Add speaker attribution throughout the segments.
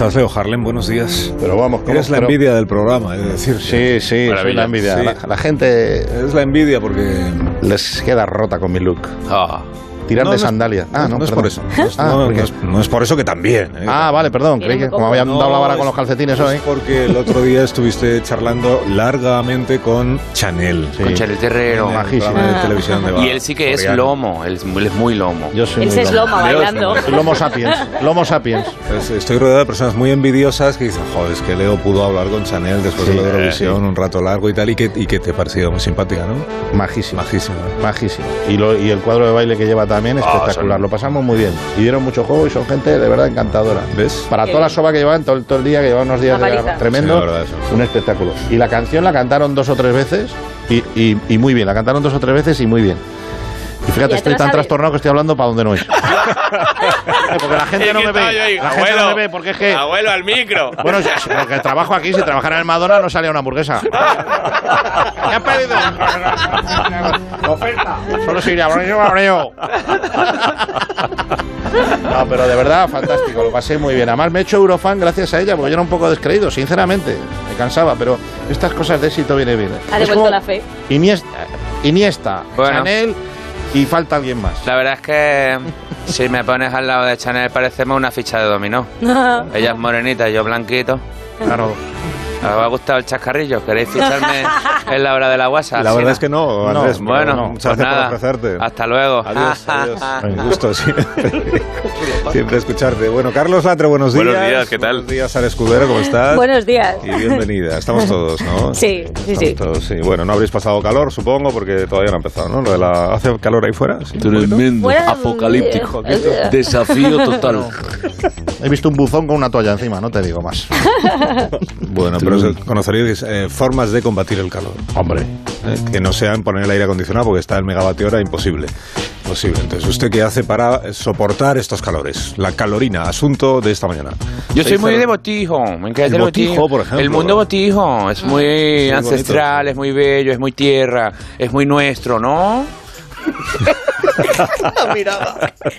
Speaker 1: Alfeo Harlem, buenos días.
Speaker 2: Pero vamos, ¿cómo?
Speaker 1: Eres la
Speaker 2: Pero-
Speaker 1: envidia del programa, es decir.
Speaker 2: Sí, sí, es
Speaker 3: Maravilla.
Speaker 2: una envidia.
Speaker 1: Sí.
Speaker 2: La, la gente
Speaker 1: Es la envidia porque.
Speaker 2: les queda rota con mi look.
Speaker 3: Ah,
Speaker 2: Tirar
Speaker 1: No, no
Speaker 2: de
Speaker 1: es-
Speaker 2: sandalia. Ah, no,
Speaker 1: no es
Speaker 2: perdón.
Speaker 1: por eso. No es,
Speaker 2: Ah,
Speaker 1: no,
Speaker 2: ¿por qué?
Speaker 1: no es- no es por eso que también. ¿eh?
Speaker 2: Ah, vale, perdón. Creí que como habían
Speaker 1: No,
Speaker 2: dado la vara
Speaker 1: es-
Speaker 2: con los calcetines
Speaker 1: es
Speaker 2: hoy.
Speaker 1: Porque el otro día estuviste charlando largamente con Chanel.
Speaker 2: Sí.
Speaker 3: con Charlie Terrero.
Speaker 1: En el
Speaker 2: majísimo.
Speaker 1: programa de
Speaker 4: Ah.
Speaker 1: televisión de
Speaker 3: Y
Speaker 1: Bar-
Speaker 3: él sí que es
Speaker 1: coreano.
Speaker 3: lomo, él es muy- él es muy lomo.
Speaker 2: Yo soy
Speaker 4: Él
Speaker 2: muy
Speaker 4: se es
Speaker 2: lomo.
Speaker 4: loma bailando.
Speaker 2: Soy Lomo sapiens. Lomo sapiens.
Speaker 1: Entonces, Pues estoy rodeado de personas muy envidiosas que dicen, joder, es que Leo pudo hablar con Chanel después
Speaker 2: Sí,
Speaker 1: de la Eurovisión
Speaker 2: eh,
Speaker 1: un rato largo y tal, y que, y que te ha parecido muy simpática, ¿no?
Speaker 2: Majísimo.
Speaker 1: Majísima.
Speaker 2: Majísimo. Y, lo- y el cuadro de baile que lleva también, espectacular.
Speaker 3: Ah, son-
Speaker 2: Lo pasamos muy bien. Y dieron mucho juego y son gente de verdad encantadora.
Speaker 1: ¿Ves?
Speaker 2: Para
Speaker 4: Qué
Speaker 2: toda la
Speaker 4: bien.
Speaker 2: soba que llevaban todo, el- todo el día, que llevaban unos días
Speaker 4: Una
Speaker 2: de-
Speaker 4: paliza.
Speaker 2: tremendo,
Speaker 1: Sí, la verdad, eso.
Speaker 2: un espectáculo. Y la canción la cantaron dos o tres veces y, y- y muy bien, la cantaron dos o tres veces y muy bien. Y fíjate,
Speaker 4: Ya te
Speaker 2: estoy
Speaker 4: la
Speaker 2: tan
Speaker 4: sabes.
Speaker 2: trastornado que estoy hablando para donde no es. porque la gente no me ve. la gente no me ve porque es que.
Speaker 3: Abuelo al micro.
Speaker 2: Bueno, si- si- porque trabajo aquí, si trabajara en Madonna no salía una hamburguesa. ¿Qué has pedido? Oferta. Solo se iría "Bueno, yo me abreo". No, pero de verdad, fantástico, lo pasé muy bien. Además, me he hecho Eurofan gracias a ella, porque yo era un poco descreído, sinceramente. Me cansaba, pero estas cosas de éxito viene bien.
Speaker 4: Ha
Speaker 2: Es
Speaker 4: devuelto
Speaker 2: como
Speaker 4: la fe.
Speaker 2: Iniesta, Iniesta
Speaker 3: Bueno.
Speaker 2: Chanel y falta alguien más.
Speaker 3: La verdad es que si me pones al lado de Chanel parecemos una ficha de dominó. Ella es morenita, yo blanquito.
Speaker 2: Claro.
Speaker 3: ¿Os ha gustado el chascarrillo? ¿Queréis ficharme en la hora de la guasa?
Speaker 1: La
Speaker 3: Sí,
Speaker 1: verdad
Speaker 3: na-
Speaker 1: es que no,
Speaker 2: No,
Speaker 1: Andrés. pero
Speaker 3: Bueno,
Speaker 1: muchas
Speaker 3: pues
Speaker 1: gracias
Speaker 3: nada.
Speaker 1: por ofrecerte.
Speaker 3: Hasta luego.
Speaker 1: Adiós, adiós. Un gusto siempre, siempre escucharte. Bueno, Carlos Latre, buenos días.
Speaker 5: Buenos días, ¿qué tal?
Speaker 1: Buenos días, Sara Escudero, ¿cómo estás?
Speaker 4: Buenos días.
Speaker 1: Y bienvenida. Estamos todos, ¿no?
Speaker 4: Sí, sí, sí.
Speaker 1: Estamos todos, Pues sí. Bueno, no habréis pasado calor, supongo, porque todavía no ha empezado, ¿no? Lo de la- ¿Hace calor ahí fuera? Sí, un poquito.
Speaker 6: Tremendo,
Speaker 4: Fuera,
Speaker 6: apocalíptico,
Speaker 4: eh, eh,
Speaker 6: desafío total.
Speaker 2: He visto un buzón con una toalla encima, no te digo más.
Speaker 1: Bueno, pero se- conoceréis eh, formas de combatir el calor.
Speaker 2: Hombre.
Speaker 1: ¿eh? Que no sean poner el aire acondicionado porque está el megavatio hora imposible. Imposible. Entonces, ¿usted qué hace para eh, soportar estos calores? La calorina, asunto de esta mañana.
Speaker 3: Yo soy muy
Speaker 1: Seis-
Speaker 3: de botijo, me encanta
Speaker 1: El
Speaker 3: el,
Speaker 1: botijo,
Speaker 3: botijo.
Speaker 1: por ejemplo.
Speaker 3: El mundo botijo es muy
Speaker 1: bonito,
Speaker 3: ancestral,
Speaker 1: sí.
Speaker 3: es muy bello, es muy tierra, es muy nuestro, ¿no?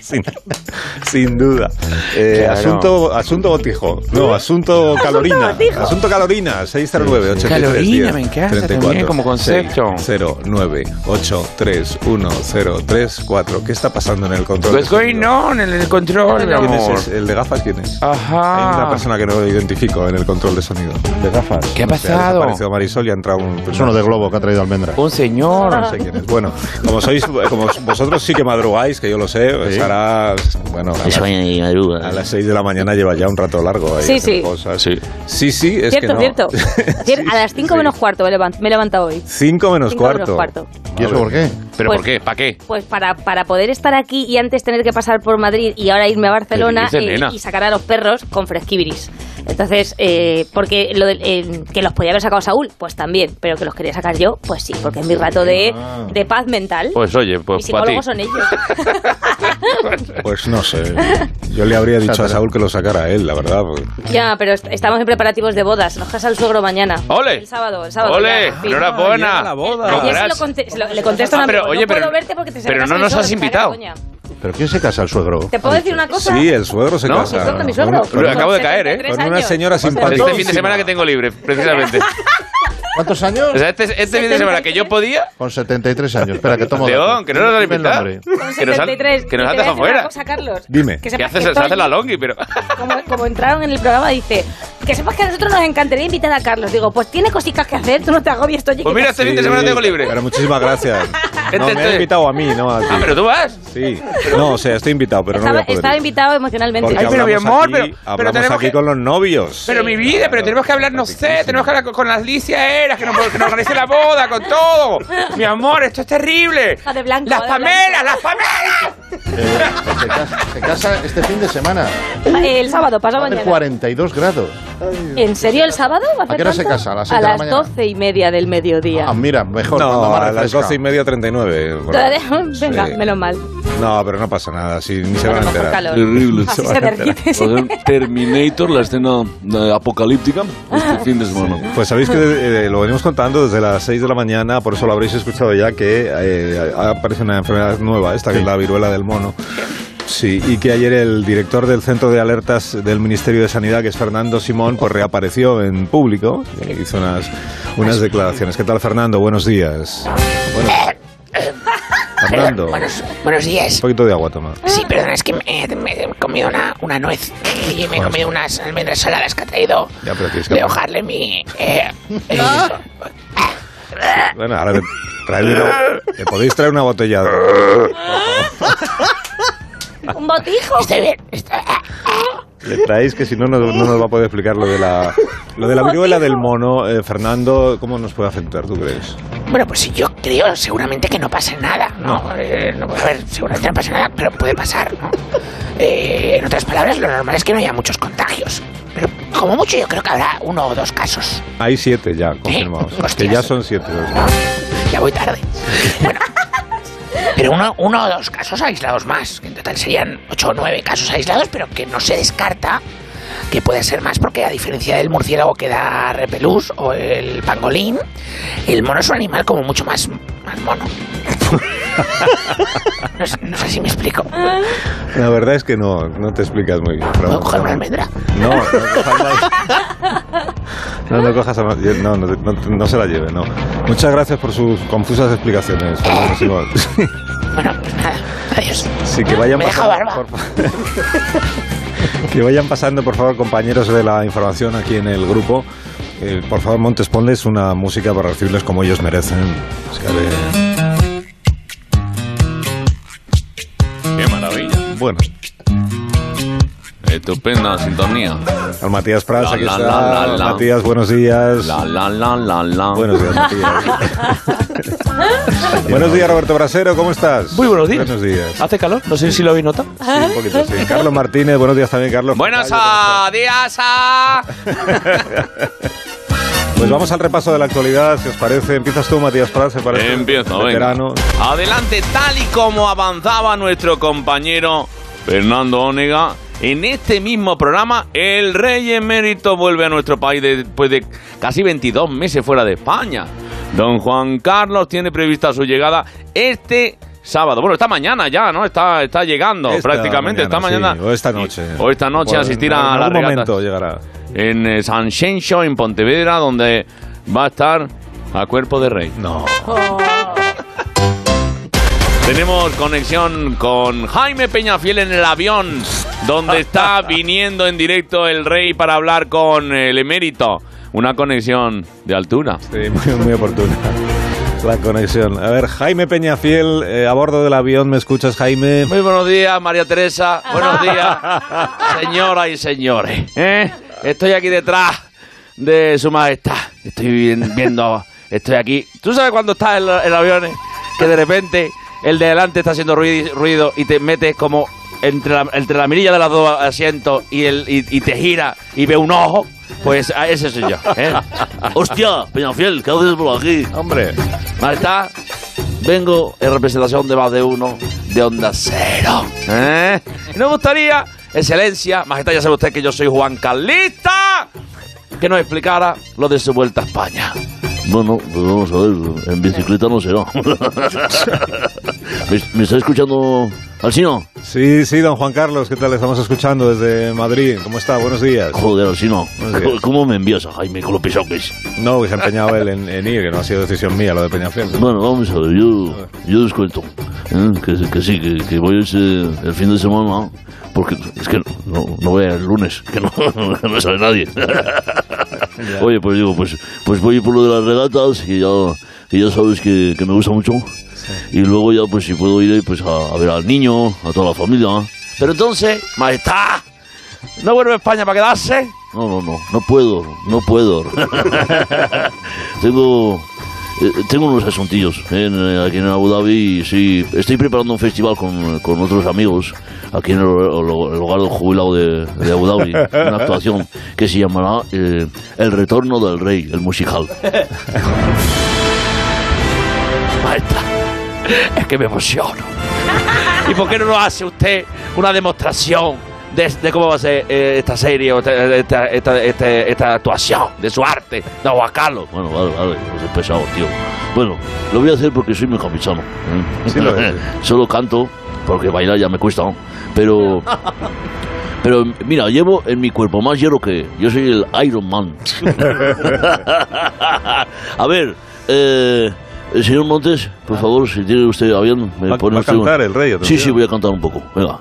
Speaker 1: sin, sin duda. Eh,
Speaker 3: Claro.
Speaker 1: asunto, asunto botijo. No, asunto calorina. Asunto, calorina. 609 83
Speaker 3: Calorina,
Speaker 1: 10,
Speaker 3: me encanta también
Speaker 1: 34,
Speaker 3: como concepto.
Speaker 1: 609 83103 ¿Qué está pasando en el control?
Speaker 3: What's
Speaker 1: de sonido?
Speaker 3: going on en el control, mi
Speaker 1: ¿Quién es
Speaker 3: Pues, amor?
Speaker 1: ese? ¿El de gafas quién es?
Speaker 3: Ajá.
Speaker 1: Hay una persona que no identifico en el control de sonido.
Speaker 2: De gafas.
Speaker 3: Ah. ¿Qué ha
Speaker 1: Se ha
Speaker 3: pasado?
Speaker 1: desaparecido Marisol y ha entrado un...
Speaker 2: Es uno de globo que ha traído almendra.
Speaker 3: Un
Speaker 1: No
Speaker 3: señor.
Speaker 1: sé quién es. Bueno, como sois, como vosotros sí que madrugáis, que yo lo sé,
Speaker 2: Sí.
Speaker 1: Sara, bueno, a las- A las 6 de la mañana lleva ya un rato largo ahí
Speaker 4: Sí, sí.
Speaker 1: haciendo cosas.
Speaker 6: Sí.
Speaker 1: sí, sí, es que
Speaker 4: cierto,
Speaker 1: no.
Speaker 4: cierto. Cier- a las 5
Speaker 1: sí.
Speaker 4: menos cuarto me levan- me he levantado hoy.
Speaker 1: 5 menos
Speaker 4: Cinco
Speaker 1: cuarto.
Speaker 4: menos cuarto.
Speaker 2: ¿Y eso por qué?
Speaker 6: ¿Pero
Speaker 4: Pues-
Speaker 6: por qué? ¿Para qué?
Speaker 4: Pues para, para poder estar aquí y antes tener que pasar por Madrid y ahora irme a Barcelona
Speaker 6: ¿Qué dices,
Speaker 4: eh,
Speaker 6: nena?
Speaker 4: y sacar a los perros con fresquibiris. Entonces, eh, porque lo del- eh, que los podía haber sacado Saúl, pues también, pero que los quería sacar yo, pues sí, porque es mi rato de,
Speaker 1: Ah.
Speaker 4: de paz mental.
Speaker 6: Pues oye,
Speaker 4: Mis
Speaker 6: pues para ti.
Speaker 4: psicólogos son ellos.
Speaker 1: Pues no sé. Yo le habría dicho a Saúl que lo sacara a él, la verdad. porque-
Speaker 4: ya, pero est- estamos en preparativos de bodas. Nos casa el suegro mañana.
Speaker 6: ¡Ole!
Speaker 4: El sábado, el sábado.
Speaker 6: ¡Ole!
Speaker 4: ya, en fin.
Speaker 6: ¡Enhorabuena!
Speaker 1: Ah, la boda.
Speaker 6: Lo
Speaker 4: Ayer se lo
Speaker 6: verás.
Speaker 4: conte- se lo- le contesto a
Speaker 6: Ah,
Speaker 4: un
Speaker 6: pero,
Speaker 4: amigo,
Speaker 6: oye,
Speaker 4: no puedo
Speaker 6: pero-
Speaker 4: verte porque te
Speaker 6: pero
Speaker 4: sacas
Speaker 6: no
Speaker 4: el
Speaker 6: nos has
Speaker 4: sol, caga,
Speaker 6: invitado.
Speaker 4: coña.
Speaker 2: ¿Pero quién se casa el suegro?
Speaker 4: ¿Te puedo decir una cosa?
Speaker 1: Sí, el suegro se
Speaker 6: ¿No?
Speaker 4: Sí,
Speaker 1: casa.
Speaker 4: con mi suegro.
Speaker 1: Con- con-
Speaker 6: Lo acabo de caer, ¿eh?
Speaker 4: 73
Speaker 1: Con una
Speaker 4: años.
Speaker 1: señora simpática.
Speaker 6: Este fin de semana que tengo libre, precisamente.
Speaker 2: ¿Cuántos años?
Speaker 6: O sea, este, este fin de semana que yo podía.
Speaker 2: Con 73 años. Espera, que tomo.
Speaker 6: León,
Speaker 2: datos.
Speaker 6: que no nos han
Speaker 2: Dime el
Speaker 6: invitado.
Speaker 2: nombre.
Speaker 4: Con
Speaker 6: Que nos han,
Speaker 4: 73.
Speaker 6: que nos han
Speaker 4: Te voy a
Speaker 6: dejado
Speaker 4: decir una
Speaker 6: fuera.
Speaker 4: cosa, Carlos.
Speaker 1: Dime.
Speaker 4: Que
Speaker 6: Que
Speaker 4: sepas
Speaker 6: hace,
Speaker 4: que
Speaker 6: se hace
Speaker 4: Toñi,
Speaker 6: la longi, pero.
Speaker 4: Como, como entraron en el programa, dice: Que sepas que a nosotros nos encantaría invitar a Carlos. Digo, pues tiene cositas que hacer, tú no te agobies, Toñi.
Speaker 6: Pues
Speaker 4: que
Speaker 6: mira, este fin de semana tengo libre.
Speaker 1: Pero muchísimas gracias.
Speaker 6: Este
Speaker 1: No, me
Speaker 6: estoy-
Speaker 1: ha invitado a mí, no a ti.
Speaker 6: Ah, pero tú vas.
Speaker 1: Sí. No, o sea, estoy invitado, pero
Speaker 4: estaba,
Speaker 1: no voy a poder.
Speaker 4: estaba
Speaker 1: ir.
Speaker 4: invitado emocionalmente.
Speaker 1: Porque
Speaker 6: Ay, pero mi amor,
Speaker 1: hablamos aquí-
Speaker 6: pero- pero
Speaker 1: hablamos
Speaker 6: tenemos
Speaker 1: aquí
Speaker 6: que-
Speaker 1: con los novios.
Speaker 6: Pero mi vida, pero tenemos que hablar, no sé, tenemos que hablar con, con las Licia Eras, que nos, que nos organice la boda, con todo. Mi amor, esto es terrible.
Speaker 4: La de blanco,
Speaker 6: Las
Speaker 4: la de
Speaker 6: pamelas,
Speaker 4: blanco.
Speaker 6: las pamelas.
Speaker 2: Eh, se, casa, se casa este fin de semana.
Speaker 4: El sábado, pasado
Speaker 2: Va a hacer
Speaker 4: mañana.
Speaker 2: 42 grados.
Speaker 4: ¿En serio el sábado? ¿Va
Speaker 2: ¿A qué hora se casa? ¿A las siete de la
Speaker 4: las
Speaker 2: mañana?
Speaker 4: doce y media del mediodía.
Speaker 2: Ah, mira, mejor. cuando
Speaker 1: No,
Speaker 2: más
Speaker 1: a las
Speaker 2: refresca.
Speaker 1: 12 y media 39. bueno.
Speaker 4: Todavía- Venga,
Speaker 1: Sí.
Speaker 4: menos mal.
Speaker 1: No, pero no pasa nada, sí, ni se
Speaker 4: A
Speaker 1: van
Speaker 4: lo
Speaker 1: a
Speaker 4: mejor
Speaker 1: enterar.
Speaker 4: calor.
Speaker 6: Terrible.
Speaker 4: Así se
Speaker 1: se van a enterar.
Speaker 4: derrite. sí.
Speaker 6: Terminator, la escena eh, apocalíptica, este fin de semana.
Speaker 1: Pues sabéis que eh, lo venimos contando desde las 6 de la mañana, por eso lo habréis escuchado ya, que eh, aparece una enfermedad nueva, esta que es la viruela del mono. Sí, y que ayer el director del Centro de Alertas del Ministerio de Sanidad, que es Fernando Simón, pues reapareció en público, eh, hizo unas, unas declaraciones. ¿Qué tal, Fernando? Buenos días. Bueno,
Speaker 7: Perdón,
Speaker 1: Fernando, un
Speaker 7: buenos, buenos días.
Speaker 1: poquito de agua, toma.
Speaker 7: Sí, perdona, es que me, me he comido una, una nuez y me he comido unas almendras saladas que ha traído
Speaker 1: Ya, pero tienes que-
Speaker 7: de hojarle mi... eh, eh,
Speaker 4: Ah.
Speaker 1: Bueno, ahora te, traed una- ¿te podéis traer una botella.
Speaker 4: Un botijo.
Speaker 7: estoy bien, estoy- ah,
Speaker 1: Le traéis que si no, no, no nos va a poder explicar lo de la, lo de la viruela del mono. Eh, Fernando, ¿cómo nos puede afectar, tú crees?
Speaker 7: Bueno, pues yo creo seguramente que no pasa nada, ¿no? Eh, no a ver, seguramente no pasa nada, pero puede pasar, ¿no? Eh, en otras palabras, lo normal es que no haya muchos contagios. Pero como mucho yo creo que habrá uno o dos casos.
Speaker 1: Hay siete ya, confirmados. Que
Speaker 7: Hostias.
Speaker 1: ya son siete. los-
Speaker 7: Ya voy tarde. Bueno, pero uno, uno o dos casos aislados más. que En total serían ocho o nueve casos aislados, pero que no se descarta que puede ser más porque a diferencia del murciélago que da repelús o el pangolín, el mono es un animal como mucho más, más mono. No, sé- no sé si me explico. ¿Puedo
Speaker 1: La verdad es que no, no te explicas muy bien. Fran.
Speaker 7: coger una almendra?
Speaker 1: No, no cojas más. No, no cojas a más. Yo- No, no, no, no se la lleve, no. Muchas gracias por sus confusas explicaciones, Fernando Simón.
Speaker 7: Bueno, pues nada. Adiós.
Speaker 1: Sí, que vayan
Speaker 7: Me deja
Speaker 1: pasando.
Speaker 7: barba.
Speaker 1: por fa- que vayan pasando, por favor, compañeros de la información aquí en el grupo. Eh, por favor, Montes, ponles una música para recibirles como ellos merecen. O sea, de-
Speaker 6: Qué maravilla.
Speaker 1: Bueno,
Speaker 6: Estupenda sintonía.
Speaker 1: al Matías Prats,
Speaker 6: La,
Speaker 1: aquí
Speaker 6: la,
Speaker 1: está.
Speaker 6: la, la, la.
Speaker 1: Matías, buenos días.
Speaker 6: La la la la la.
Speaker 1: Buenos días, Matías. Buenos días, Roberto Brasero, ¿cómo estás?
Speaker 8: Muy buenos días.
Speaker 1: Buenos días.
Speaker 8: ¿Hace calor? No sé si lo habéis notado.
Speaker 1: Sí, un poquito, sí. Carlos Martínez, buenos días también, Carlos.
Speaker 6: Buenos
Speaker 1: Carballo,
Speaker 6: a- días a-
Speaker 1: Pues vamos al repaso de la actualidad, si os parece. Empiezas tú, Matías Prats, se parece.
Speaker 6: Empiezo, venga.
Speaker 1: Veterano.
Speaker 6: Adelante, tal y como avanzaba nuestro compañero Fernando Onega, en este mismo programa, el rey emérito vuelve a nuestro país después de casi 22 meses fuera de España. Don Juan Carlos tiene prevista su llegada este sábado. Bueno, esta mañana ya, ¿no? Está, está llegando
Speaker 1: Esta
Speaker 6: prácticamente,
Speaker 1: mañana,
Speaker 6: esta mañana.
Speaker 1: sí, o esta noche.
Speaker 6: O esta noche
Speaker 1: Bueno,
Speaker 6: asistir
Speaker 1: en
Speaker 6: a la
Speaker 1: algún
Speaker 6: regata
Speaker 1: momento llegará.
Speaker 6: en eh, San Xenxo, en Pontevedra, donde va a estar a cuerpo de rey.
Speaker 1: No.
Speaker 6: Tenemos conexión con Jaime Peñafiel en el avión, donde está viniendo en directo el rey para hablar con el emérito. Una conexión de altura.
Speaker 1: Sí, muy, muy oportuna la conexión. A ver, Jaime Peñafiel, eh, a bordo del avión, ¿me escuchas, Jaime?
Speaker 6: Muy buenos días, María Teresa. Buenos días, señoras y señores. ¿Eh? Estoy aquí detrás de su majestad. Estoy vi- viendo, estoy aquí. ¿Tú sabes cuando estás en la- en el avión eh? que de repente el de delante está haciendo ruido, ruido y te metes como entre la, entre la mirilla de los dos asientos y, el, y, y te gira y ve un ojo? Pues
Speaker 1: ah,
Speaker 6: a ese soy yo. ¿eh? Hostia, Peñafiel, ¿qué haces por aquí?
Speaker 1: Hombre,
Speaker 6: Marta, vengo en representación de más de uno de Onda Cero. ¿Eh? Y Nos gustaría, excelencia, majestad, ya sabe usted que yo soy Juan Carlista, que nos explicara lo de su vuelta a España.
Speaker 9: Bueno, pues vamos a ver, en bicicleta no será. ¿Me, me está escuchando Alcino?
Speaker 1: Sí, sí, don Juan Carlos, ¿qué tal? Le Estamos escuchando desde Madrid. ¿Cómo está? Buenos días.
Speaker 9: Joder, Alcino,
Speaker 1: Buenos días.
Speaker 9: ¿cómo me envías a Jaime con lo pesado que es?
Speaker 1: No, que se ha empeñado él en, en ir, que no ha sido decisión mía lo de Peñafiel.
Speaker 9: Bueno, vamos a ver, yo, yo descuento. ¿eh? Que, que sí, que, que voy ese, el fin de semana, porque es que no, no voy el lunes, que no, no sabe nadie. Oye, pues digo, pues, pues voy por lo de las regatas, que ya, que ya sabes que, que me gusta mucho. Y luego ya, pues si puedo ir pues a, a ver al niño, a toda la familia.
Speaker 6: Pero entonces, majestad, ¿no vuelve a España para quedarse?
Speaker 9: No, no, no, no puedo, no puedo. tengo, eh, tengo unos asuntillos en, eh, aquí en Abu Dhabi y sí, estoy preparando un festival con, con otros amigos aquí en el, el- el hogar del jubilado de, de Abu Dhabi, una actuación que se llamará eh, El Retorno del Rey, el musical.
Speaker 6: Maestra, es que me emociono. ¿Y por qué no nos hace usted una demostración de, de cómo va a ser eh, esta serie o esta, esta- esta- este- esta actuación de su arte, de Juan Carlos?
Speaker 9: Bueno, vale, vale, pues no seas pesado, tío. Bueno, lo voy a hacer porque soy muy campechano. ¿eh?
Speaker 1: Sí, lo es.
Speaker 9: Solo canto porque bailar ya me cuesta, ¿no? Pero. Pero mira, llevo en mi cuerpo más hierro que. Yo soy el Iron Man. A ver, eh, señor Montes, por favor, si tiene usted a bien, me
Speaker 1: Va-
Speaker 9: pone
Speaker 1: va a
Speaker 9: usted un-
Speaker 1: cantar el rey, atención.
Speaker 9: Sí, sí, voy a cantar un poco. Venga.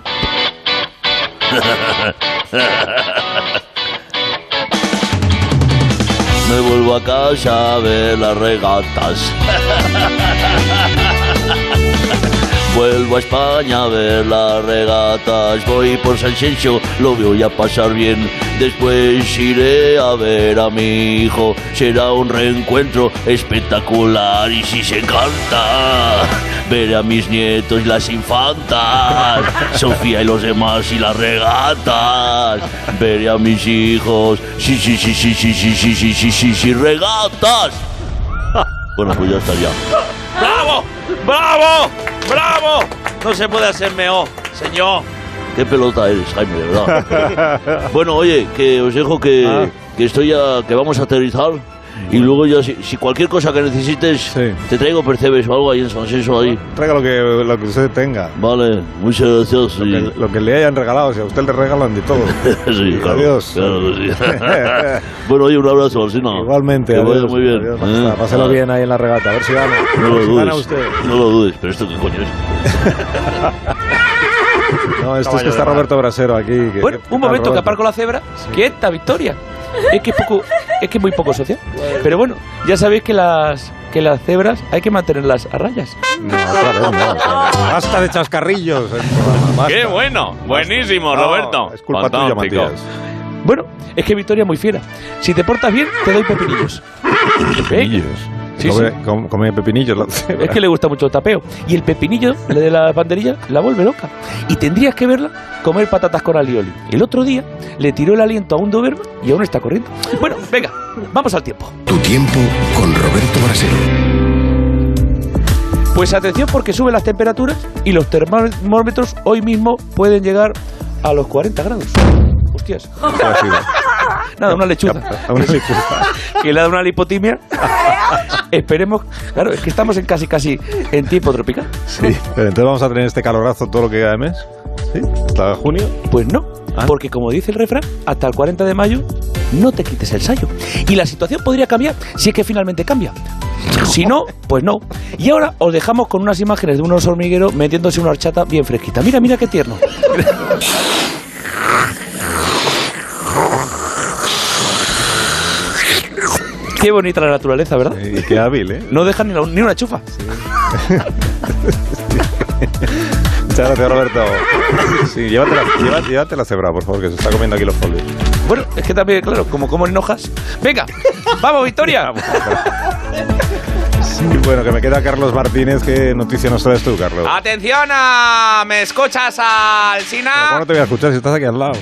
Speaker 9: Me vuelvo a casa a ver las regatas. Vuelvo a España a ver las regatas. Voy por San Sencio, lo voy a pasar bien. Después iré a ver a mi hijo. Será un reencuentro espectacular. Y si se encanta, veré a mis nietos y las infantas. Sofía y los demás y las regatas. Veré a mis hijos. Sí, sí, sí, sí, sí, sí, sí, sí, sí, sí, sí, regatas. Bueno, pues ya estaría.
Speaker 10: ¡Bravo! ¡Bravo! ¡Bravo! No se puede hacer mejor, señor.
Speaker 9: Qué pelota eres, Jaime, de verdad. bueno, oye, que os dejo que,
Speaker 1: Ah.
Speaker 9: que estoy a, que vamos a aterrizar. Y luego ya, si, si cualquier cosa que necesites,
Speaker 1: Sí.
Speaker 9: te traigo percebes o algo ahí en San Senso, ahí.
Speaker 1: Traiga lo que, lo que usted tenga.
Speaker 9: Vale, muchas gracias.
Speaker 1: Lo
Speaker 9: y-
Speaker 1: que, lo que le hayan regalado, si a usted le regalan de todo.
Speaker 9: Sí, claro,
Speaker 1: Adiós.
Speaker 9: claro que sí. bueno, oye, un abrazo, Alcina.
Speaker 1: Igualmente,
Speaker 9: Que vaya
Speaker 1: adiós,
Speaker 9: muy bien.
Speaker 1: adiós,
Speaker 9: ¿eh?
Speaker 1: Pásela, Páselo bien ahí en la regata, a ver si gana.
Speaker 9: No lo
Speaker 1: Si gana
Speaker 9: dudes,
Speaker 1: usted.
Speaker 9: no lo dudes, pero esto qué coño es.
Speaker 1: No, esto es
Speaker 2: Caballo
Speaker 1: que está
Speaker 2: de mar.
Speaker 1: Roberto Brasero aquí. que-
Speaker 11: Bueno,
Speaker 1: que-
Speaker 11: un momento que
Speaker 1: Roberto.
Speaker 11: aparco la cebra. Quieta, Victoria. Es que es poco, es que es muy poco social. Pero bueno, ya sabéis que las que las cebras hay que mantenerlas a rayas.
Speaker 1: No, otra vez no, otra vez. Basta de chascarrillos. eh. en el programa, basta.
Speaker 10: ¡Qué bueno! Buenísimo,
Speaker 1: No,
Speaker 10: Roberto.
Speaker 1: Es culpa tuya,
Speaker 10: Fantástico.
Speaker 1: Matías.
Speaker 11: Bueno, es que Victoria es muy fiera. Si te portas bien, te doy pepinillos. ¿Eh? Sí,
Speaker 1: come,
Speaker 11: sí.
Speaker 1: com- come pepinillos. la cebra.
Speaker 11: Es que le gusta mucho el tapeo. Y el pepinillo le de la banderilla la vuelve loca. Y tendrías que verla comer patatas con alioli. El otro día le tiró el aliento a un Doberman y aún está corriendo. Bueno, venga, vamos al tiempo.
Speaker 12: Tu tiempo con Roberto Brasero.
Speaker 11: Pues atención porque suben las temperaturas y los termómetros hoy mismo pueden llegar a los 40 grados. Hostias.
Speaker 1: Eso ha sido.
Speaker 11: Nada, una lechuza.
Speaker 1: A una lechuza.
Speaker 11: Que le da una lipotimia. Esperemos. Claro, es que estamos en casi, casi en tiempo tropical.
Speaker 1: Sí. Pero entonces vamos a tener este calorazo todo lo que queda de mes. ¿Sí? Hasta junio. Ah.
Speaker 11: Pues no, porque como dice el refrán, hasta el 40 de mayo no te quites el sayo. Y la situación podría cambiar si es que finalmente cambia. Si no, pues no. Y ahora os dejamos con unas imágenes de unos hormigueros metiéndose una horchata bien fresquita. Mira, mira qué tierno. Qué bonita la naturaleza, ¿verdad?
Speaker 1: Y qué hábil, ¿eh?
Speaker 11: No deja ni, la- ni una chufa.
Speaker 1: Muchas gracias, Roberto. Sí, llévate la, lleva- llévate la cebra, por favor, que se está comiendo aquí los folios.
Speaker 11: Bueno, es que también, claro, como como en hojas. Venga, vamos, Victoria.
Speaker 1: Sí, bueno, que me queda Carlos Martínez. ¿Qué noticia nos traes tú, Carlos?
Speaker 10: Ah.
Speaker 11: Atención a... ¿Me escuchas,
Speaker 1: Pero
Speaker 11: Alsina?
Speaker 1: ¿Cómo no te voy a escuchar si estás aquí al lado?